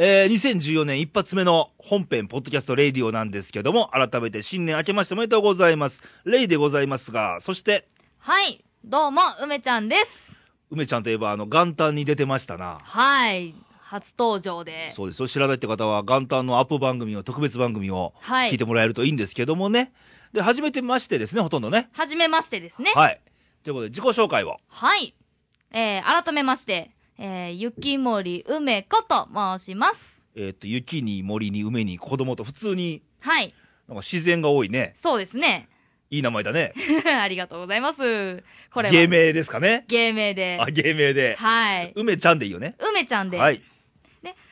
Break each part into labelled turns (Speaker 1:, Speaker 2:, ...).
Speaker 1: えー、2014年一発目の本編、ポッドキャスト、レイディオなんですけども、改めて新年明けましておめでとうございます。レイでございますが、そして、
Speaker 2: はい、どうも、梅ちゃんです。
Speaker 1: 梅ちゃんといえば、あの、元旦に出てましたな。
Speaker 2: はい、初登場で。
Speaker 1: そうですよ。知らないって方は、元旦のアップ番組を、特別番組を、
Speaker 2: はい
Speaker 1: 聞いてもらえるといいんですけどもね。で、初めてましてですね、ほとんどね。
Speaker 2: はじめましてですね。
Speaker 1: はい。ということで、自己紹介を。
Speaker 2: はい。えー、改めまして、えー、雪森梅子と申します。
Speaker 1: えーっと、雪に森に梅に子供と、普通に、
Speaker 2: はい、
Speaker 1: なんか自然が多いね。
Speaker 2: そうですね。
Speaker 1: いい名前だね。
Speaker 2: ありがとうございます。 これは。
Speaker 1: 芸。名ですかね。
Speaker 2: 芸名で
Speaker 1: あ、。芸名で。
Speaker 2: はい。
Speaker 1: 梅ちゃんでいいよね。
Speaker 2: 梅ちゃんで。
Speaker 1: はい。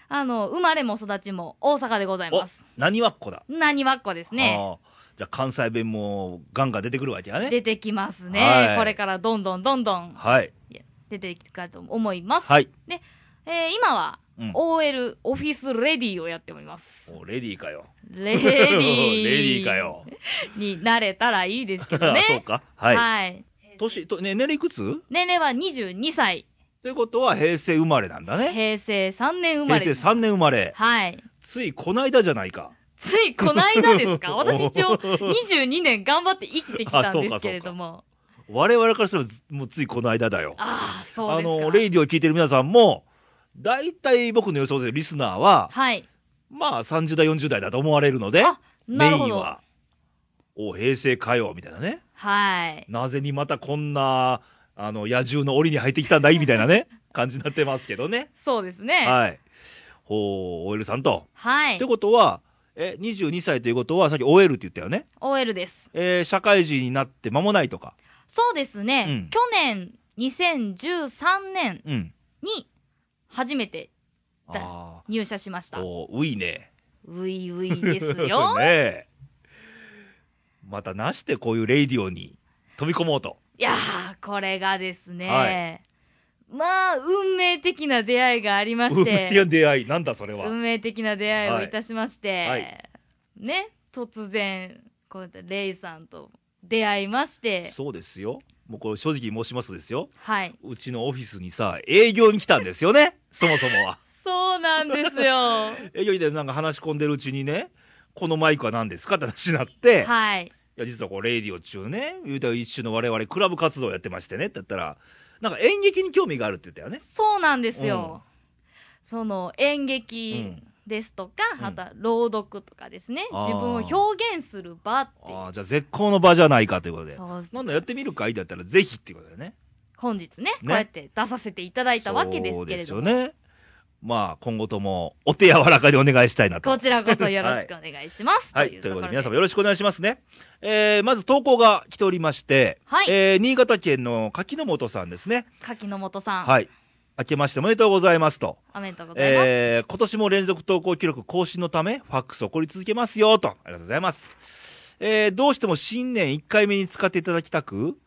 Speaker 2: あの、生まれも育ちも大阪でござい
Speaker 1: お
Speaker 2: ます。、
Speaker 1: 何わっこだ。
Speaker 2: 何わっこですね。
Speaker 1: あーじゃあ関西弁もガンガン出てくるわけやね。
Speaker 2: 出てきますね、
Speaker 1: はい
Speaker 2: これからどんどんどんどん
Speaker 1: はい。
Speaker 2: 出てきたと思います。
Speaker 1: はい。
Speaker 2: えー今は、
Speaker 1: うん
Speaker 2: OL オフィスレディをやっております。
Speaker 1: お レディーかよ。
Speaker 2: レディ
Speaker 1: レディーかよ。
Speaker 2: になれたらいいですけど
Speaker 1: あそう
Speaker 2: ね。
Speaker 1: か。はい。
Speaker 2: はい。
Speaker 1: 年、と、ね、年齢いくつっ
Speaker 2: 年齢は22歳。
Speaker 1: てことは平成生まれなんだね。
Speaker 2: 平成3年生ま
Speaker 1: 平
Speaker 2: れ。
Speaker 1: 成3年生まれ。
Speaker 2: はい。
Speaker 1: ついこないだじゃないか。
Speaker 2: ついこの間です か私一応22年頑張って生きてきたんですけれども。
Speaker 1: 我々からしたらずもうついこの間だよ。
Speaker 2: ああ、そう
Speaker 1: あ
Speaker 2: ですか。
Speaker 1: の、レイディを聞いてる皆さんも、大体僕の予想でリスナーは、
Speaker 2: はい。
Speaker 1: まあ30代、40代だと思われるので、
Speaker 2: あ、な
Speaker 1: メ
Speaker 2: る
Speaker 1: イ
Speaker 2: ほ
Speaker 1: ン
Speaker 2: ど。
Speaker 1: は、お、平成かよ、みたいなね。
Speaker 2: はい。
Speaker 1: なぜにまたこんな、あの、野獣の檻に入ってきたんだいみたいな ね、感じになってますけどね。
Speaker 2: そうですね。はい。
Speaker 1: はい。ほう、OL さんと。ってことは、え、22歳ということは、さっき OL って言ったよね。
Speaker 2: OL です。
Speaker 1: えー社会人になって間もないとか。
Speaker 2: そうですね。
Speaker 1: うん
Speaker 2: 去年、2013年
Speaker 1: うん。
Speaker 2: に初めてだ
Speaker 1: あ
Speaker 2: 入社しまし
Speaker 1: あ。
Speaker 2: た。ウ
Speaker 1: おういね。
Speaker 2: イウ イですよ
Speaker 1: ね。えまたなしてこういうレイディオに飛び込もうと。
Speaker 2: いやー、これがですね、まあ、運命的な出会いがありまし
Speaker 1: 運命的な
Speaker 2: て、
Speaker 1: 出 会い。なんだそれは。
Speaker 2: 運命的な出会いをいたしまして、
Speaker 1: はいは
Speaker 2: ね、突然、こうやってレイさんと出会いまして、
Speaker 1: そうですよ。もうこれ正直申しますとですよ。
Speaker 2: はい。
Speaker 1: うちのオフィスにさ、営業に来たんですよね。そもそもは。
Speaker 2: そうなんで すよ。
Speaker 1: 営業にでなんか話し込んでるうちにね、このマイクは何ですかって話になって、い、
Speaker 2: はい。
Speaker 1: や、実はこう、レイディオ中ね、言うたら一種の我々クラブ活動をやってましてねって言ったら、なんか演劇に興味があるって言ったよね。
Speaker 2: そうなんですよ。その演
Speaker 1: う
Speaker 2: 劇
Speaker 1: ん
Speaker 2: ですとか、
Speaker 1: うん
Speaker 2: あとは朗読とかですね、
Speaker 1: あー
Speaker 2: 自分を表現する場っていう
Speaker 1: ああ、じゃあ絶好の場じゃないかということで。
Speaker 2: そうです
Speaker 1: なんだやってみるかいだったらぜひっていうことだよね。
Speaker 2: 本日ねこうやって出させていただいたわけですけれども、
Speaker 1: そうですよね。まあ、今後ともお手柔らかにお願いしたいなと。
Speaker 2: こちらこそよろしくお願いします。
Speaker 1: はい。ということで、皆様
Speaker 2: も
Speaker 1: よろしくお願いしますね。えー、まず投稿が来ておりまして、
Speaker 2: はい
Speaker 1: えー、新潟県の柿の本さんですね。
Speaker 2: 柿の本さん、
Speaker 1: はい。明けましておめでとうございますと。
Speaker 2: おめでとうございます。
Speaker 1: えー、今年も連続投稿記録更新のため、ファックスを送り続けますよ、と。ありがとうございます。えー、どうしても新年1回目に使っていただきたく、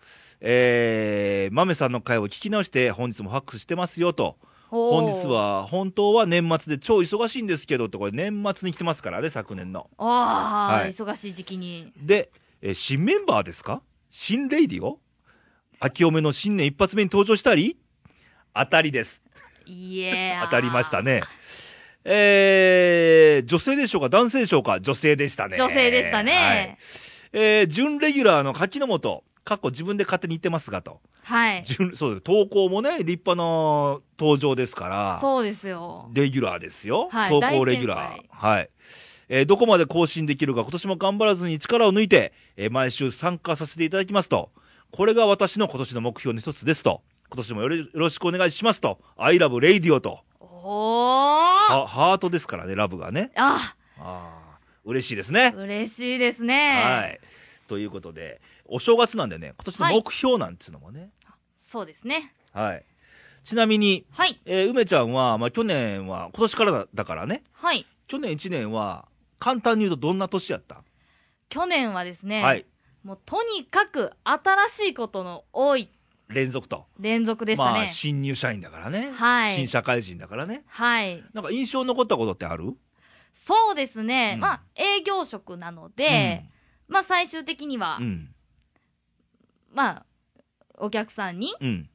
Speaker 1: えー、豆さんの回を聞き直して、本日もファックスしてますよ、と。
Speaker 2: ほ
Speaker 1: 本
Speaker 2: う
Speaker 1: 日は、本当は年末で超忙しいんですけど、ってこれ年末に来てますからね、昨年の。
Speaker 2: ああ、
Speaker 1: はい
Speaker 2: 忙しい時期に
Speaker 1: で、えー新メンバーですか新レイディオ秋おめの新年一発目に登場したり当たりです。
Speaker 2: いえ
Speaker 1: 当たりましたね。えー、女性でしょうか男性でしょうか女性でしたね。
Speaker 2: 女性でしたね
Speaker 1: はい。えー、準レギュラーの柿の本、かっこ自分で勝手に言ってますがと。
Speaker 2: はい、
Speaker 1: 準そうです投稿もね、立派な登場ですから。
Speaker 2: そうですよ
Speaker 1: レギュラーですよ。
Speaker 2: はい
Speaker 1: 投稿レギュラ
Speaker 2: 大
Speaker 1: ー
Speaker 2: 先輩。
Speaker 1: はい。えーどこまで更新できるか今年も頑張らずに力を抜いて、えー毎週参加させていただきますと。これが私の今年の目標の一つですと。今年もよろよろしくお願いしますと。I love radio と。
Speaker 2: おお
Speaker 1: はハートですからね、ラブがね。
Speaker 2: あ
Speaker 1: ああ、嬉しいですね。
Speaker 2: 嬉しいですね
Speaker 1: はい。ということで、お正月なんでね、今年の目標なんていうのもね。
Speaker 2: そうですね
Speaker 1: はい。ちなみに、
Speaker 2: はい
Speaker 1: えー梅ちゃんは、まあ、去年は、今年からだだからね、
Speaker 2: はい
Speaker 1: 去年1年は簡単に言うとどんな年やった、
Speaker 2: 去年はですね、
Speaker 1: はい
Speaker 2: もうとにかく新しいことの多い
Speaker 1: 連続と、
Speaker 2: 連続でした
Speaker 1: まあ
Speaker 2: ね、
Speaker 1: 新入社員だからね、
Speaker 2: はい
Speaker 1: 新社会人だからね
Speaker 2: はい
Speaker 1: なんか印象に残ったことってある
Speaker 2: そうですね、
Speaker 1: うん
Speaker 2: まあ営業職なので、まあ最終的には、
Speaker 1: うんうん
Speaker 2: まあお客さんに
Speaker 1: うん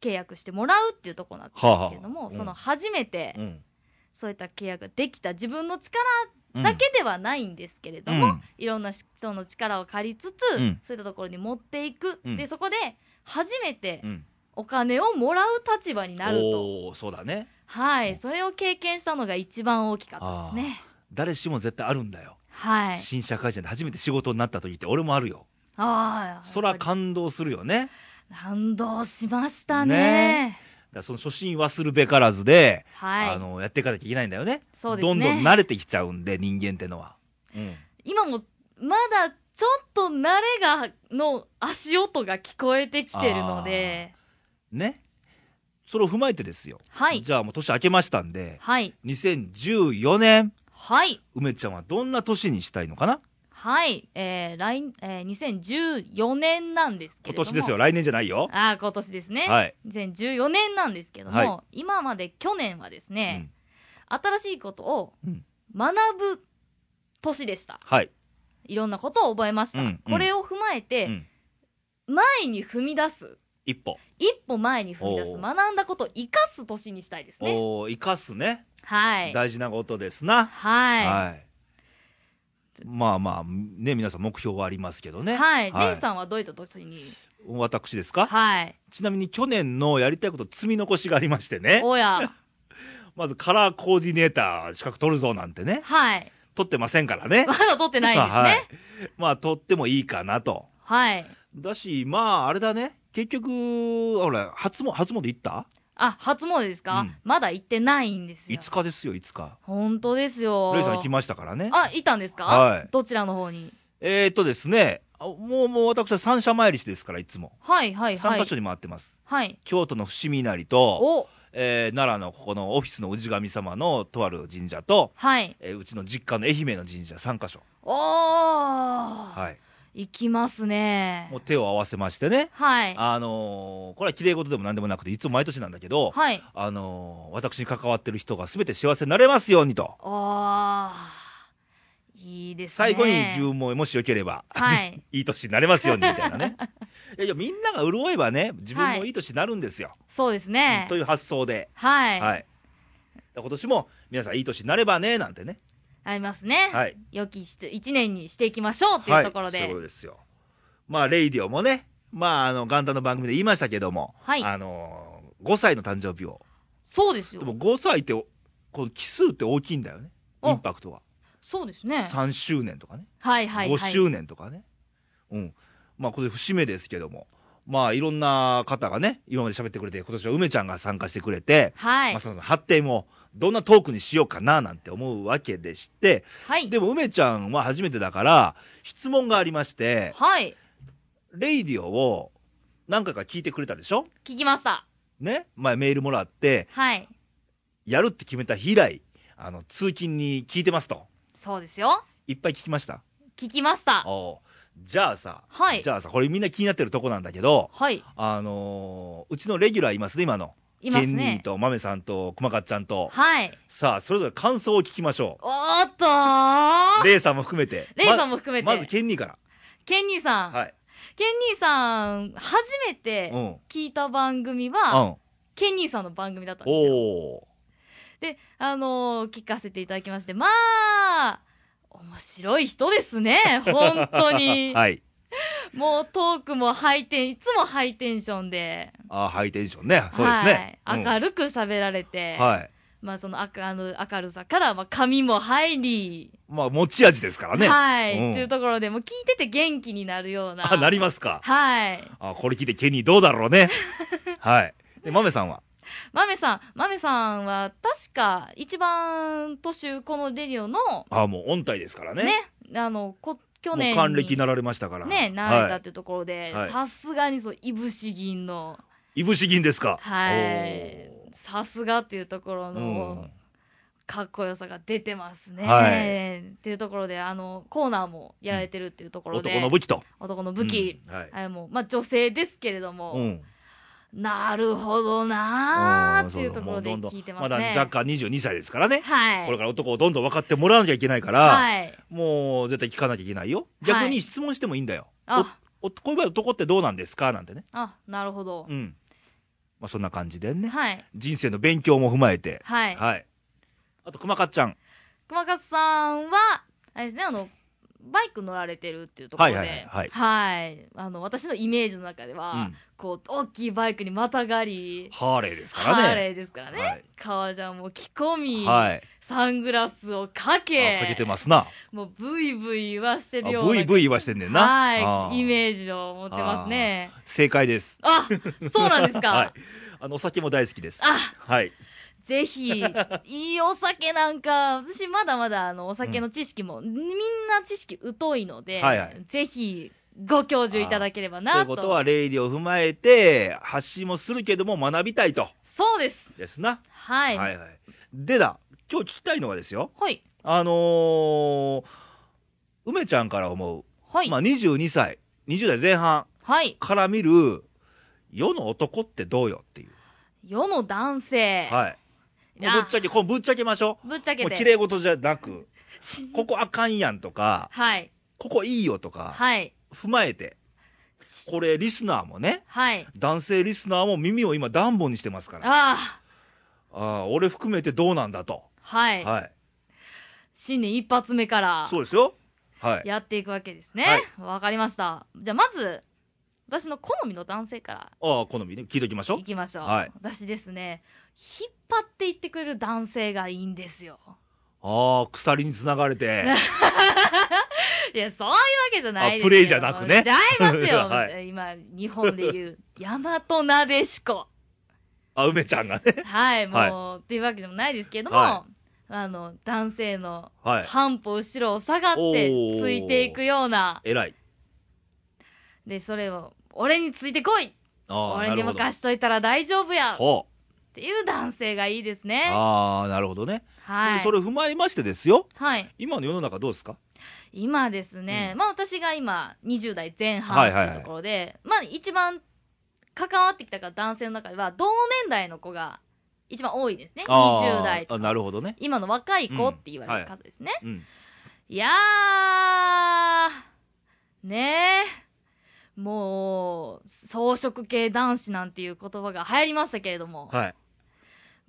Speaker 2: 契約してもらうっていうところなんですけれども、
Speaker 1: はあはあ
Speaker 2: その初めて
Speaker 1: うん
Speaker 2: そういったケアができた自分の力だけではないんですけれども、
Speaker 1: うん
Speaker 2: いろんな人の力を借りつつ、
Speaker 1: うん
Speaker 2: そういったところに持っていく、
Speaker 1: うん
Speaker 2: でそこで初めて
Speaker 1: うんうん
Speaker 2: お金をもらう立場になると、
Speaker 1: おーそうだね
Speaker 2: はいそれを経験したのが一番大きかったですね
Speaker 1: 誰しも絶対あるんだよ、
Speaker 2: はい
Speaker 1: 新社会人で初めて仕事になった時って俺もあるよ
Speaker 2: ああ
Speaker 1: そら感動するよね
Speaker 2: 感動しました
Speaker 1: ね
Speaker 2: ね
Speaker 1: だからその初心忘るべからずで、
Speaker 2: は
Speaker 1: あ
Speaker 2: い
Speaker 1: のやっていかなきゃいけないんだよね
Speaker 2: そうですね
Speaker 1: どんどん慣れてきちゃうんで人間ってのは、うん
Speaker 2: 今もまだちょっと慣れがの足音が聞こえてきてるので
Speaker 1: ねそれを踏まえてですよ、
Speaker 2: はい
Speaker 1: じゃあもう年明けましたんで
Speaker 2: はい
Speaker 1: 2014年
Speaker 2: はい
Speaker 1: 梅ちゃんはどんな年にしたいのかな
Speaker 2: はい、えー、来ん、えー、2014年なんです
Speaker 1: 今
Speaker 2: けれども
Speaker 1: 年ですよ来年じゃないよ
Speaker 2: ああ今年ですね、
Speaker 1: はい、
Speaker 2: 2014年なんですけども、
Speaker 1: はい
Speaker 2: 今まで去年はです
Speaker 1: う
Speaker 2: ね、
Speaker 1: ん、
Speaker 2: 新しいことを
Speaker 1: うん
Speaker 2: 学ぶ年でした
Speaker 1: はい、
Speaker 2: いろんなことを覚えました、
Speaker 1: うんうん
Speaker 2: これを踏まえ
Speaker 1: う
Speaker 2: て、
Speaker 1: ん、
Speaker 2: 前に踏み出す
Speaker 1: 一歩、
Speaker 2: 一歩前に踏み出す
Speaker 1: おー
Speaker 2: 学んだことを生かす年にしたいですね
Speaker 1: おー生かすね、
Speaker 2: はい
Speaker 1: 大事なことですな
Speaker 2: はいは
Speaker 1: はいまあまあね皆さん目標はありますけど
Speaker 2: い、
Speaker 1: ね
Speaker 2: レンさんはどういった年に
Speaker 1: 私ですか
Speaker 2: はい
Speaker 1: ちなみに去年のやりたいこと積み残しがありましてね
Speaker 2: おや
Speaker 1: まずカラーコーディネーター資格取るぞなんてね
Speaker 2: はい
Speaker 1: 取ってませんからね
Speaker 2: まだ取ってないんですね
Speaker 1: はい、まあ取ってもいいかなと
Speaker 2: はい
Speaker 1: だしまああれだね結局ほら初詣初詣行った
Speaker 2: あ、初詣ですか、
Speaker 1: うん
Speaker 2: まだ行ってないんですよ。
Speaker 1: 5日ですよ5日
Speaker 2: 本当ですよ。
Speaker 1: レイさん行きましたからね
Speaker 2: あ、いたんですか
Speaker 1: はい
Speaker 2: どちらの方に
Speaker 1: えー、っとですねあもうもう私は三社参りしですからいつも
Speaker 2: はいはいは
Speaker 1: 3
Speaker 2: い。
Speaker 1: カ所に回ってます、
Speaker 2: はい。
Speaker 1: 京都の伏見稲荷と、
Speaker 2: お、
Speaker 1: えー奈良のここのオフィスの氏神様のとある神社と、
Speaker 2: はい。
Speaker 1: えーうちの実家の愛媛の神社3カ所、
Speaker 2: おー、
Speaker 1: はい、
Speaker 2: 行きますね
Speaker 1: もう。手を合わせましてね、
Speaker 2: はい。
Speaker 1: あのーこれは綺麗事でも何でもなくていつも毎年なんだけど、
Speaker 2: はい。
Speaker 1: あのー私に関わってる人が全て幸せになれますようにと
Speaker 2: おー、いいですね。
Speaker 1: 最後に自分ももしよければ、
Speaker 2: はい。
Speaker 1: いい年になれますようにみたいな ねいやいやみんなが潤えばね自分もいい年になるんですよ、
Speaker 2: そうですね
Speaker 1: と。いう発想で、
Speaker 2: はい。
Speaker 1: はい、今年も皆さんいい年になればねなんてね
Speaker 2: ありますね。
Speaker 1: はい。
Speaker 2: 良きして一年にしていきましょうっていうところで。
Speaker 1: はい、そうですよ。まあ、レイディオもね、まあ、あの、元旦の番組で言いましたけども、
Speaker 2: はい
Speaker 1: あのー、5歳の誕生日を。
Speaker 2: そうです
Speaker 1: で
Speaker 2: よ。
Speaker 1: も5歳って、この奇数って大きいんだよね。
Speaker 2: お
Speaker 1: インパクトは。
Speaker 2: そうですね。
Speaker 1: 3周年とかね。
Speaker 2: はいはいはい。
Speaker 1: 5周年とかね。うん。まあ、これ節目ですけども。まあ、いろんな方がね、今まで喋ってくれて、今年は梅ちゃんが参加してくれて、
Speaker 2: はい
Speaker 1: まあ、。その発展を、どんなトークにしようかな、なんて思うわけでして、
Speaker 2: はい。
Speaker 1: でも梅ちゃんは初めてだから、質問がありまして、
Speaker 2: はい。
Speaker 1: レイディオを何回か聞いてくれたでしょ
Speaker 2: 聞きました。
Speaker 1: ね前メールもらって、
Speaker 2: はい。
Speaker 1: やるって決めた日以来、あの、通勤に聞いてますと。
Speaker 2: そうですよ。
Speaker 1: いっぱい聞きました。
Speaker 2: 聞きました。
Speaker 1: おうじゃあさ、
Speaker 2: はい
Speaker 1: じゃあさ、これみんな気になってるとこなんだけど、
Speaker 2: はい。
Speaker 1: あのーうちのレギュラーいますね、今の。
Speaker 2: います
Speaker 1: ケンニー
Speaker 2: ね。
Speaker 1: とマメさんと熊かっちゃんと。
Speaker 2: はい。
Speaker 1: さあ、それぞれ感想を聞きましょ
Speaker 2: おーっとー
Speaker 1: う。レイさんも含めて。
Speaker 2: レイさん
Speaker 1: も
Speaker 2: も含めて。
Speaker 1: まずケンニーか
Speaker 2: ケンニーさ
Speaker 1: ら。
Speaker 2: ん。
Speaker 1: はい。
Speaker 2: ケンニーさん、初めて
Speaker 1: うん。うん。
Speaker 2: 聞いた番組は、ケンニーさんの番組だったんですよ。
Speaker 1: おー。
Speaker 2: で、あのー聞かせていただきまして、まあ、面白い人で すね。本当に。
Speaker 1: はい。
Speaker 2: もうトークもハイテン、いつもハイテンションで。
Speaker 1: あーハイテンションね。そうですね。
Speaker 2: はい。
Speaker 1: うん
Speaker 2: 明るく喋られて。
Speaker 1: はい。
Speaker 2: まあそのああの明るさから、まあ、髪も入り、
Speaker 1: まあ、持ち味ですからね。
Speaker 2: はい、
Speaker 1: うん
Speaker 2: っていうところでもう聞いてて元気になるような
Speaker 1: あ、なりますか。
Speaker 2: はい
Speaker 1: あ、これ聞いてケニーどうだろう ね。はい。で、マメさんは
Speaker 2: マメさんマメさんは確か一番年上このレディオの
Speaker 1: あ、もう音体ですからね。
Speaker 2: ねあのこ去
Speaker 1: も
Speaker 2: 年
Speaker 1: う
Speaker 2: に
Speaker 1: 還暦になられましたから。
Speaker 2: ねなれた
Speaker 1: は
Speaker 2: っていうところで
Speaker 1: はい
Speaker 2: さすがにそういぶし銀の
Speaker 1: い。いぶし銀ですか。
Speaker 2: はいさすがっていうところ
Speaker 1: おーう
Speaker 2: の、
Speaker 1: ん。
Speaker 2: かっこよさが出てますね、
Speaker 1: はい
Speaker 2: っていうところであのコーナーもやられてるっていうところで、
Speaker 1: 男の武器と。
Speaker 2: 男の武器、
Speaker 1: うん。はい。
Speaker 2: あれもまあ女性ですけれども、
Speaker 1: うん。
Speaker 2: なるほどなー
Speaker 1: ん
Speaker 2: っていうところで
Speaker 1: もうどんどん
Speaker 2: 聞いてます
Speaker 1: ま
Speaker 2: ね。
Speaker 1: だ若干22歳ですからね。
Speaker 2: はい。
Speaker 1: これから男をどんどん分かってもらわなきゃいけないから、
Speaker 2: はい。
Speaker 1: もう絶対聞かなきゃいけないよ。
Speaker 2: い
Speaker 1: 逆に質問してもいいんだよ。
Speaker 2: あ、
Speaker 1: おこういう場合男ってどうなんですかなんてね。
Speaker 2: あ、なるほど。
Speaker 1: うん。まあそんな感じでね。
Speaker 2: はい。
Speaker 1: 人生の勉強も踏まえて。
Speaker 2: はい。
Speaker 1: はい。あと、熊かっちゃん。
Speaker 2: 熊勝さんは、あれですね、あの、バイク乗られてるっていうところで、
Speaker 1: はいはいはい
Speaker 2: はいあの、私のイメージの中では、
Speaker 1: うん
Speaker 2: こう、大きいバイクにまたがり、
Speaker 1: ハーレーですからね。
Speaker 2: ハーレーですからね。
Speaker 1: はい
Speaker 2: 革ジャンも着込み、
Speaker 1: はい。
Speaker 2: サングラスをかけ、
Speaker 1: あかけてますな。
Speaker 2: もうブイブイ言わして
Speaker 1: あ
Speaker 2: るような。
Speaker 1: ブイブイ言わしてんねんな。あ
Speaker 2: はい、
Speaker 1: ー
Speaker 2: イメージを持ってますね。
Speaker 1: 正解です。
Speaker 2: あそうなんですか。
Speaker 1: はい。あの、お酒も大好きです。
Speaker 2: あ
Speaker 1: はい。
Speaker 2: ぜひ、いいお酒なんか、私まだまだあのお酒の知識も、みんな知識疎いので、
Speaker 1: はいはい
Speaker 2: ぜひご教授いただければ
Speaker 1: とい
Speaker 2: な
Speaker 1: う
Speaker 2: と。
Speaker 1: ことは、礼儀を踏まえて、発信もするけども学びたいと。
Speaker 2: そうです。
Speaker 1: ですな。
Speaker 2: はい。
Speaker 1: は
Speaker 2: はい。
Speaker 1: いはい。でだ、今日聞きたいのはですよ。あのー、梅ちゃんから思う。
Speaker 2: はい。
Speaker 1: まあ、22歳、20代前半
Speaker 2: はい。
Speaker 1: から見る、世の男ってどうよっていう。
Speaker 2: 世の男性。
Speaker 1: はい。もうぶっちゃけ、こうぶっちゃけましょ
Speaker 2: ぶっちゃ
Speaker 1: う。
Speaker 2: け
Speaker 1: もう
Speaker 2: て。
Speaker 1: 綺麗事じゃなく、
Speaker 2: し
Speaker 1: ここあかんやんとか、
Speaker 2: はい。
Speaker 1: ここいいよとか、
Speaker 2: はい。
Speaker 1: 踏まえて、これリスナーもね、
Speaker 2: はい。
Speaker 1: 男性リスナーも耳を今ダンボにしてますから、あ
Speaker 2: あ
Speaker 1: あ
Speaker 2: あ。
Speaker 1: ー、俺含めてどうなんだと。
Speaker 2: はい。
Speaker 1: はい。
Speaker 2: 新年一発目から
Speaker 1: そうですよ。はい。
Speaker 2: やっていくわけですね
Speaker 1: はい。
Speaker 2: わ、かりました。じゃあまず、私の好みの男性から
Speaker 1: ああ、好みね。聞いときましょう
Speaker 2: 行。きましょう、
Speaker 1: はい
Speaker 2: 私ですね引っ張っていってくれる男性がいいんですよ
Speaker 1: ああ、鎖に繋がれて。
Speaker 2: いやそういうわけじゃないですよ
Speaker 1: あプレイじゃなくね
Speaker 2: ちゃいますよ、
Speaker 1: は
Speaker 2: 今日本で言う大和なでしこ
Speaker 1: あ、梅ちゃんがね。
Speaker 2: はいもう、っていうわけでもないですけれども、
Speaker 1: は
Speaker 2: あの男性の
Speaker 1: はい。
Speaker 2: 半歩後ろを下がっ
Speaker 1: お
Speaker 2: て
Speaker 1: ー
Speaker 2: ついていくような
Speaker 1: 偉い。
Speaker 2: でそれを俺についてこい
Speaker 1: ああ、
Speaker 2: 俺
Speaker 1: な
Speaker 2: に
Speaker 1: るほ
Speaker 2: も
Speaker 1: ど。
Speaker 2: 貸しといたら大丈夫やっ
Speaker 1: ほう。
Speaker 2: ていう男性がいいですね
Speaker 1: ああ、なるほどね。
Speaker 2: はい
Speaker 1: それを踏まえましてですよ。
Speaker 2: はい
Speaker 1: 今の世の中どうですか
Speaker 2: 今ですね、
Speaker 1: う
Speaker 2: まあ私が今20代前
Speaker 1: は
Speaker 2: 半
Speaker 1: い
Speaker 2: と
Speaker 1: はいはい
Speaker 2: いうところで、まあ一番関わってきた男性の中では同年代の子が一番多いですね
Speaker 1: あー
Speaker 2: 20代と
Speaker 1: あ
Speaker 2: か
Speaker 1: なるほどね。
Speaker 2: 今の若い子って言われる方ですね、
Speaker 1: うん。
Speaker 2: い、やーねえもう草食系男子なんていう言葉が流行りましたけれども、
Speaker 1: はい。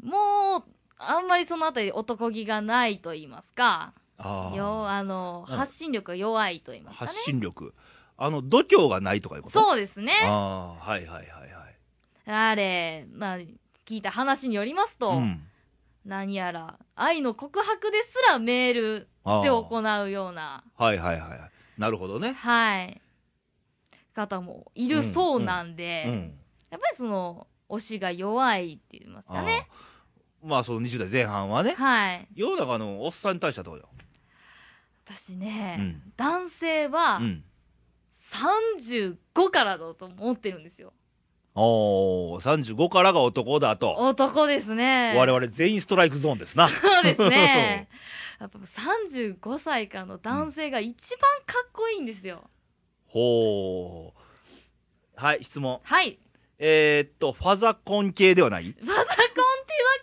Speaker 2: もうあんまりそのあたり男気がないと言いますか
Speaker 1: あ
Speaker 2: よあ
Speaker 1: なる
Speaker 2: の
Speaker 1: ほど
Speaker 2: 発信力が弱いと言い
Speaker 1: あ。
Speaker 2: ますかね
Speaker 1: 発信力。あの、度胸がないとかいうことう。
Speaker 2: そうですね。
Speaker 1: ああ、はいはいはいはい。
Speaker 2: あれ、まあ、聞いた話によりますと、
Speaker 1: ん。
Speaker 2: 何やら、愛の告白ですらメール
Speaker 1: ああ
Speaker 2: で行うような、
Speaker 1: はいはいはい。なるほどね。
Speaker 2: はい、方もいるそうなんで、
Speaker 1: うん。
Speaker 2: やっぱりその、推しが弱いって言いますかね。
Speaker 1: ああ。まあ、その20代前半はね。
Speaker 2: はい。
Speaker 1: 世の中のおっさんに対してはどうよ。
Speaker 2: 私ね、
Speaker 1: うん
Speaker 2: 男性は
Speaker 1: うん。
Speaker 2: 35からだと思ってるんですよ。
Speaker 1: おお、35からが男だと。
Speaker 2: 男ですね。
Speaker 1: 我々全員ストライクゾーンですな。
Speaker 2: そうです ね。やっぱ35歳からの男性が一番かっこいいんですよ。
Speaker 1: ほう。はい、質問。
Speaker 2: はい。
Speaker 1: えー、っと、ファザコン系ではない
Speaker 2: パソコンってわ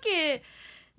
Speaker 2: け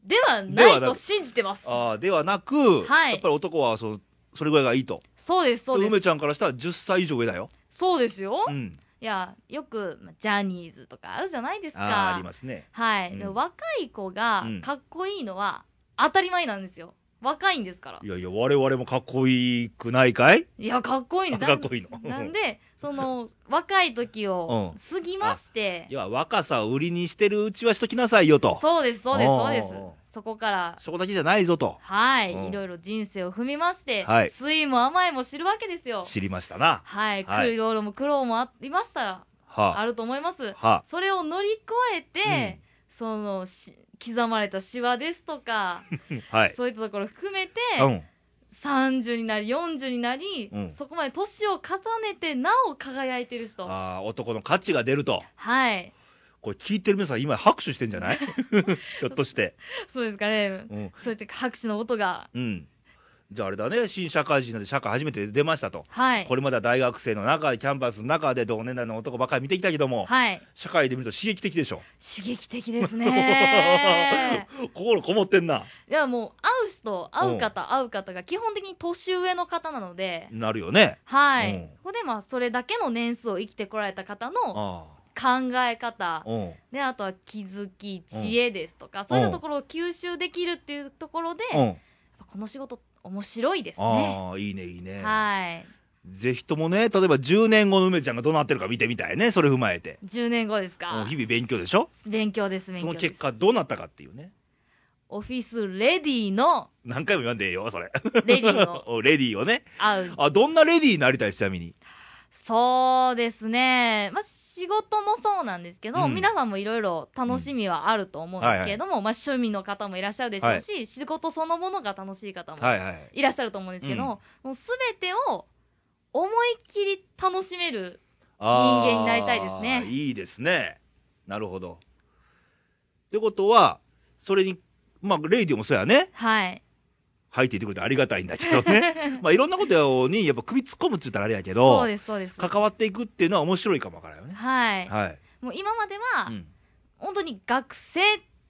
Speaker 2: では
Speaker 1: で
Speaker 2: な
Speaker 1: はいな
Speaker 2: と
Speaker 1: く
Speaker 2: 信じてます。
Speaker 1: ああ、ではなく、
Speaker 2: はい
Speaker 1: やっぱり男はその、それぐらいがいいと。
Speaker 2: そうです、そうで
Speaker 1: 梅
Speaker 2: す。
Speaker 1: ちゃんからしたら10歳以上上だよ。
Speaker 2: そうですよ。
Speaker 1: うん。
Speaker 2: いや、よく、まジャニーズとかあるじゃないです
Speaker 1: ああ、あ
Speaker 2: か
Speaker 1: り。ますね。
Speaker 2: はい。
Speaker 1: うん
Speaker 2: で若い子が
Speaker 1: うん
Speaker 2: かっこいいのは当たり前なんですよ。若いんですから
Speaker 1: い。やいや、我々もかっこいいくないかい
Speaker 2: いや、かっこいいね。
Speaker 1: かっこいいの。
Speaker 2: なんなんで、その、若い時を
Speaker 1: うん
Speaker 2: 過ぎまして
Speaker 1: い、や、若さを売りにしてるうちはしときなさいよと。
Speaker 2: そうです、そうです、
Speaker 1: おー
Speaker 2: そうです
Speaker 1: おーおー。
Speaker 2: そこから、
Speaker 1: そこだけじゃないぞと。
Speaker 2: は
Speaker 1: うん
Speaker 2: い。いろいろ人生を踏みまして、
Speaker 1: はい
Speaker 2: 酸いも甘いも知るわけですよ。
Speaker 1: 知りましたな。
Speaker 2: はい、
Speaker 1: はい
Speaker 2: 苦労も苦労もありました、あ
Speaker 1: は
Speaker 2: ると思います
Speaker 1: あ。。は
Speaker 2: それを乗り越えて、そのし刻まれたシワですとか、
Speaker 1: あ。はい。
Speaker 2: そういったところ含めて、
Speaker 1: うん。
Speaker 2: 30になり、40になり、
Speaker 1: うん
Speaker 2: そこまで年を重ねて、なお輝いてる人。
Speaker 1: ああ、男の価値が出ると。
Speaker 2: はい。
Speaker 1: これ聞いてる皆さん今拍手してんじゃ ないひょっとして。
Speaker 2: そうですかね。
Speaker 1: うん。
Speaker 2: そうやって拍手の音が。
Speaker 1: うん。じゃああれだね、新社会人なんで社会初めて出ましたと。
Speaker 2: はい
Speaker 1: こ。れまでは大学生の中で、キャンパスの中で同年代の男ばっかり見てきたけども、
Speaker 2: はい。
Speaker 1: 社会で見ると刺激的でしょ。
Speaker 2: 刺激的です ね。
Speaker 1: 心こもってんな。
Speaker 2: いや、もう、会う人、会う方、会う方が基本的に年上の方なので、
Speaker 1: なるよね。
Speaker 2: は
Speaker 1: うん
Speaker 2: い。ここでまあ、それだけの年数を生きてこられた方の
Speaker 1: あ
Speaker 2: 考え方
Speaker 1: うん。
Speaker 2: であとは気づき知恵ですとか、そういったところを吸収できるっていうところで、
Speaker 1: う
Speaker 2: やっ
Speaker 1: ん。
Speaker 2: ぱこの仕事面白いですね。
Speaker 1: ああ、いいね、いいね。
Speaker 2: はい
Speaker 1: ぜひともね、例えば10年後の梅ちゃんがどうなってるか見てみたいね、それ踏まえて。
Speaker 2: 10年後です
Speaker 1: もう
Speaker 2: か
Speaker 1: 日々勉強でしょ
Speaker 2: 勉強です勉
Speaker 1: その
Speaker 2: 強です
Speaker 1: 結果どうなったかっていうね。
Speaker 2: オフィスレディの
Speaker 1: 何回も読んでええよ、それ。
Speaker 2: レディ の
Speaker 1: おレディーをね。
Speaker 2: 会う
Speaker 1: あ、どんなレディーになりたい、ちなみに。
Speaker 2: そうですね、まあ、仕事もそうなんですけど、
Speaker 1: うん
Speaker 2: 皆さんもいろいろ楽しみはあると思うんですけれども、まあ、趣味の方もいらっしゃるでしょうし、仕事そのものが楽しい方も
Speaker 1: はいはい。
Speaker 2: いらっしゃると思うんですけど、
Speaker 1: うん
Speaker 2: もうすべてを思いっきり楽しめる
Speaker 1: あー
Speaker 2: 人間になりたいですね
Speaker 1: いいですね。なるほど。ってことは、それに、まあ、レイディもそうやね。
Speaker 2: はい
Speaker 1: 入っていてくれてありがたいんだけど ね。まあ、いろんなことに、やっぱ首突っ込むって言ったらあれやけど、
Speaker 2: そうですそうです
Speaker 1: 関わっていくっていうのは面白いかもわからんよね。
Speaker 2: はい、
Speaker 1: はい。
Speaker 2: もう今までは、
Speaker 1: うん。
Speaker 2: 本当に学生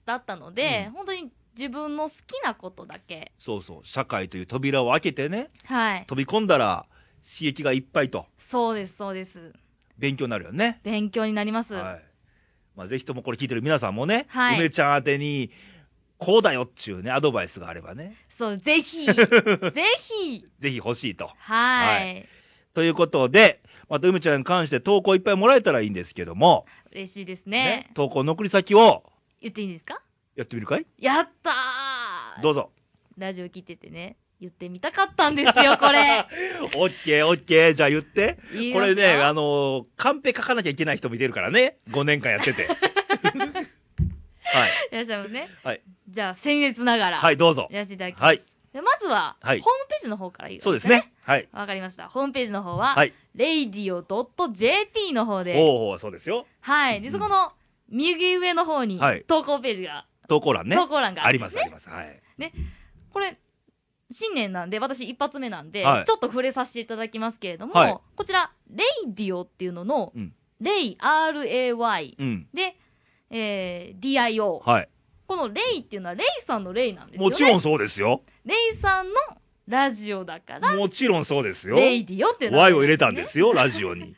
Speaker 2: だったので、
Speaker 1: うん
Speaker 2: 本当に自分の好きなことだけ
Speaker 1: そうそう。社会という扉を開けてね、
Speaker 2: はい
Speaker 1: 飛び込んだら、刺激がいっぱいと、
Speaker 2: そうですそうです
Speaker 1: 勉強になるよね。
Speaker 2: 勉強になります、
Speaker 1: はい。まあ、ぜひともこれ聞いてる皆さんもね、
Speaker 2: はい
Speaker 1: 梅ちゃん宛てに、こうだよっていうね、アドバイスがあればね、
Speaker 2: そう ぜひぜひ
Speaker 1: ぜひ欲しいと。
Speaker 2: はい、
Speaker 1: はということで、また梅ちゃんに関して投稿いっぱいもらえたらいいんですけども、
Speaker 2: 嬉しいです
Speaker 1: ね
Speaker 2: ね
Speaker 1: 投稿の送り先を
Speaker 2: 言っていいんですか
Speaker 1: やってみるかい
Speaker 2: やったー
Speaker 1: どうぞ。
Speaker 2: ラジオ聞いててね言ってみたかったんですよこ れ
Speaker 1: オッケーオッケー、じゃあ言って。
Speaker 2: 言い
Speaker 1: こ
Speaker 2: ます
Speaker 1: れ
Speaker 2: か
Speaker 1: ね、あのーカンペ書かなきゃいけない人見てるからね、5年間やってて。は い。
Speaker 2: いらっしゃいますね。
Speaker 1: はい
Speaker 2: じゃあ、僭越ながら、
Speaker 1: はい、どうぞ。
Speaker 2: やらせていただきます。
Speaker 1: はい
Speaker 2: でまずは、
Speaker 1: はい
Speaker 2: ホームページの方からいい
Speaker 1: そうです。ね。はい。
Speaker 2: わかりました。ホームページの方は、
Speaker 1: はい
Speaker 2: radio.jp の方
Speaker 1: ほう
Speaker 2: で、
Speaker 1: ほう、そうですよ。
Speaker 2: はい。で、そこの右上の方に
Speaker 1: はい、
Speaker 2: 投稿ページが、
Speaker 1: 投稿欄ね。
Speaker 2: 投稿欄が
Speaker 1: あ
Speaker 2: あ
Speaker 1: り
Speaker 2: るんで
Speaker 1: ますす、あります。はい。
Speaker 2: これ、新年なんで、私一発目なんで、
Speaker 1: はい
Speaker 2: ちょっと触れさせていただきますけれども、
Speaker 1: はい
Speaker 2: こちら、radio っていうのの、
Speaker 1: うん
Speaker 2: レイ ray
Speaker 1: うん。
Speaker 2: で、えー dio。
Speaker 1: はい。
Speaker 2: このレイっていうのは、レイさんのレイなんですよね。
Speaker 1: もちろんそうですよ。
Speaker 2: レイさんのラジオだから、
Speaker 1: もちろんそうですよ。
Speaker 2: レイディオっていう名
Speaker 1: Y
Speaker 2: 前
Speaker 1: を入れたん
Speaker 2: ね
Speaker 1: で。すよ、ラジオに。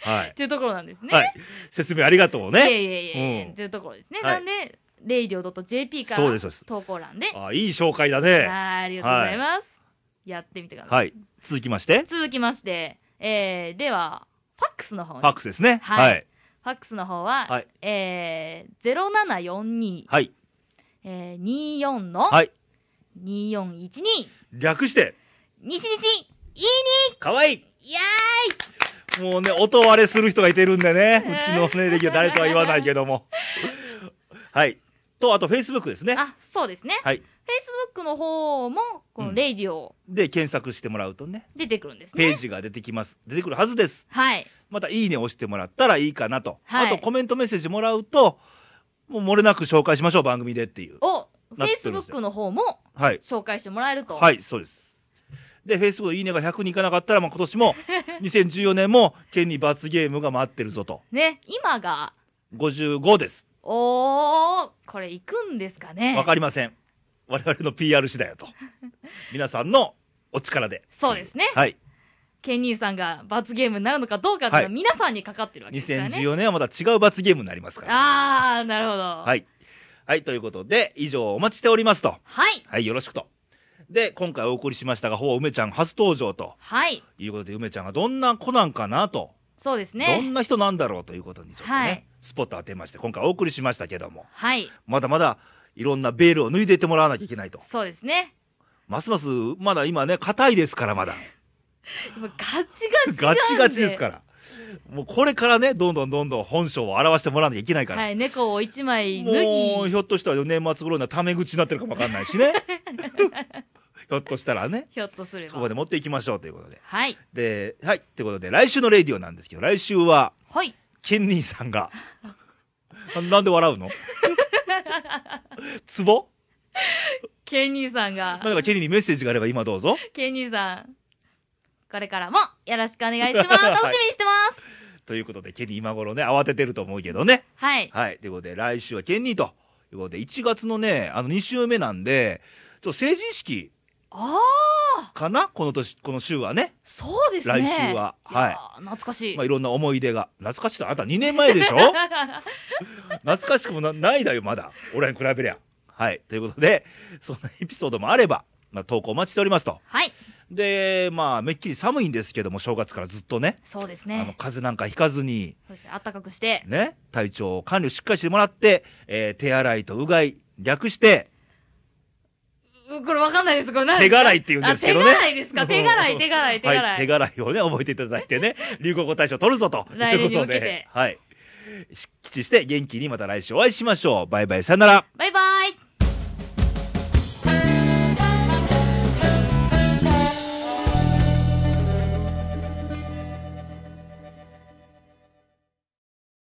Speaker 1: はい
Speaker 2: っ。ていうところなんですね。
Speaker 1: はい。説明ありがとう
Speaker 2: いや
Speaker 1: ね。
Speaker 2: いやいやいや
Speaker 1: うん
Speaker 2: っていうところですね。
Speaker 1: はい
Speaker 2: なんで、レイディオ .jp か
Speaker 1: そうです、
Speaker 2: ら
Speaker 1: そうです。
Speaker 2: 投稿欄で、
Speaker 1: あ、いい紹介だね。
Speaker 2: あーありがとうございます。やってみてください。
Speaker 1: はい。続きまして、
Speaker 2: 続きまして、えー、では、ファックスの方
Speaker 1: フ
Speaker 2: ね。
Speaker 1: ァックスですね。
Speaker 2: は
Speaker 1: はいい。
Speaker 2: ファックスの方は、
Speaker 1: はい
Speaker 2: えー、0742、
Speaker 1: はい。
Speaker 2: えー、24の、
Speaker 1: はい
Speaker 2: 2412、
Speaker 1: 略して、
Speaker 2: 西西、いい
Speaker 1: かわいい
Speaker 2: に、いや
Speaker 1: もうね、音割れする人がいてるんでね。うちのね、歴は誰とは言わないけども。はい。と、あと、Facebook ですね
Speaker 2: ー。あ、そうですね。
Speaker 1: はい。
Speaker 2: Facebook の方も、
Speaker 1: う
Speaker 2: この
Speaker 1: ん
Speaker 2: レイディオ
Speaker 1: で、検索してもらうとね、
Speaker 2: 出てくるんですね。
Speaker 1: ページが出てきます。出てくるはずです。
Speaker 2: はい。
Speaker 1: また、いいねを押してもらったらいいかなと。
Speaker 2: はい
Speaker 1: あと、コメントメッセージもらうと、もう漏れなく紹介しましょう、番組でっていう。
Speaker 2: を、
Speaker 1: なってるんです
Speaker 2: Facebook の方も
Speaker 1: はい。
Speaker 2: 紹介してもらえると。
Speaker 1: はい、そうです。で、Facebook のいいねが100にいかなかったら、まあ、今年 も、2014年も、県に罰ゲームが待ってるぞと。
Speaker 2: ね、今が、
Speaker 1: 55です。
Speaker 2: おー、これ行くんですかね。
Speaker 1: わかりません。我々の PR 次第やと。皆さんのお力で。
Speaker 2: そうですね
Speaker 1: はい。
Speaker 2: ケンニーさんが罰ゲームになるのかどうかっていうのは
Speaker 1: はい
Speaker 2: 皆さんにかかってるわけですからね。
Speaker 1: 2014年はまた違う罰ゲームになりますから。
Speaker 2: あー、なるほど。。
Speaker 1: はいい。はい、ということで、以上お待ちしておりますと。
Speaker 2: はい。
Speaker 1: はい、よろしくと。で、今回お送りしましたが、ほぼ梅ちゃん初登場と
Speaker 2: はい。
Speaker 1: いうことで、梅ちゃんがどんな子なんかなと。
Speaker 2: そうです
Speaker 1: ど
Speaker 2: ね。
Speaker 1: んな人なんだろうということにちょっとね、
Speaker 2: はい
Speaker 1: スポット当てまして今回お送りしましたけども
Speaker 2: はい。
Speaker 1: まだまだいろんなベールを脱いでいってもらわなきゃいけないと
Speaker 2: そうですね。
Speaker 1: ますますまだ今ね硬いですから まだ
Speaker 2: 今ガチガチな
Speaker 1: ガ
Speaker 2: んで。
Speaker 1: チガチですからもうこれからねどんどんどんどん本性を表してもらわなきゃいけないから、
Speaker 2: はい。猫を一枚脱
Speaker 1: もう
Speaker 2: ぎ、
Speaker 1: ひょっとしたら年末頃にはタメ口になってるかもわかんないしねひょっとしたらね
Speaker 2: ひょっとすれ
Speaker 1: そこま
Speaker 2: ば。
Speaker 1: で持っていきましょうということで
Speaker 2: はい。
Speaker 1: ではいということで来週のレディオなんですけど来週は
Speaker 2: はい。
Speaker 1: ケンニーさんが。 ななんで笑うのツボ
Speaker 2: ケンニーさんが。
Speaker 1: なんかケンニーにメッセージがあれば今どうぞ。
Speaker 2: ケニーさん、これからもよろしくお願いします。楽しみにしてます。
Speaker 1: ということで、ケンニー今頃ね、慌ててると思うけどね。
Speaker 2: はい。
Speaker 1: はい。ということで、来週はケンニーということで、1月のね、あの2週目なんで、ちょっと成人式
Speaker 2: ああ、
Speaker 1: かなこの年、この週はね。
Speaker 2: そうですね。
Speaker 1: 来週ははい
Speaker 2: いやー。懐かしい。
Speaker 1: まあ、いろんな思い出が。懐かしいとあなた2年前でしょ懐かしくもなないだよ、まだ。俺らに比べりゃ。はい。ということで、そんなエピソードもあれば、まあ、投稿お待ちしておりますと。
Speaker 2: はい。
Speaker 1: で、まあ、めっきり寒いんですけども、正月からずっとね、
Speaker 2: そうです
Speaker 1: あの、
Speaker 2: ね。
Speaker 1: 風邪なんかひかずに、
Speaker 2: そうですね。あったかくして。
Speaker 1: ね、体調を管理をしっかりしてもらって、えー手洗いとうがい、略して、
Speaker 2: うこれわかんないです。これ何
Speaker 1: 手洗いって言うんですけどね
Speaker 2: あ手洗いですか。手洗い、手洗い、手洗い。
Speaker 1: はい、手洗いをね、覚えていただいて ね、流行語大賞取るぞと。
Speaker 2: 来年
Speaker 1: と
Speaker 2: に
Speaker 1: いうこ
Speaker 2: 向
Speaker 1: と
Speaker 2: けて
Speaker 1: で、はい。しきちして元気にまた来週お会いしましょう。バイバイ、さよなら。
Speaker 2: バイバイ。